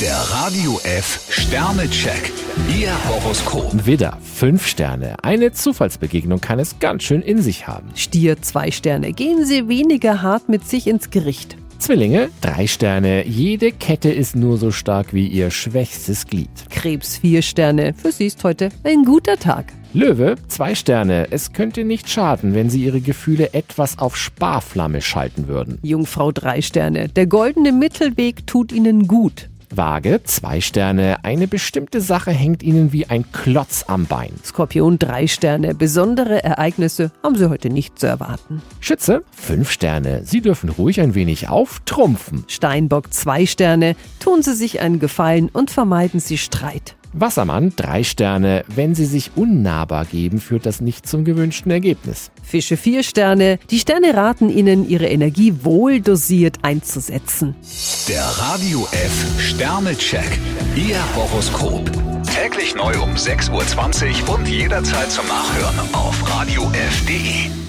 Der Radio F Sternecheck. Ihr Horoskop. Widder, 5 Sterne. Eine Zufallsbegegnung kann es ganz schön in sich haben. Stier zwei Sterne. Gehen Sie weniger hart mit sich ins Gericht. Zwillinge, 3 Sterne. Jede Kette ist nur so stark wie ihr schwächstes Glied. Krebs vier Sterne. Für Sie ist heute ein guter Tag. Löwe, 2 Sterne. Es könnte nicht schaden, wenn sie ihre Gefühle etwas auf Sparflamme schalten würden. Jungfrau drei Sterne. Der goldene Mittelweg tut Ihnen gut. Waage, 2 Sterne. Eine bestimmte Sache hängt ihnen wie ein Klotz am Bein. Skorpion drei Sterne. Besondere Ereignisse haben Sie heute nicht zu erwarten. Schütze, 5 Sterne. Sie dürfen ruhig ein wenig auftrumpfen. Steinbock zwei Sterne. Tun Sie sich einen Gefallen und vermeiden Sie Streit. Wassermann, 3 Sterne. Wenn sie sich unnahbar geben, führt das nicht zum gewünschten Ergebnis. Fische vier Sterne. Die Sterne raten Ihnen, Ihre Energie wohl dosiert einzusetzen. Der Radio F Sternecheck. Ihr Horoskop. Täglich neu um 6.20 Uhr und jederzeit zum Nachhören auf Radio radiof.de.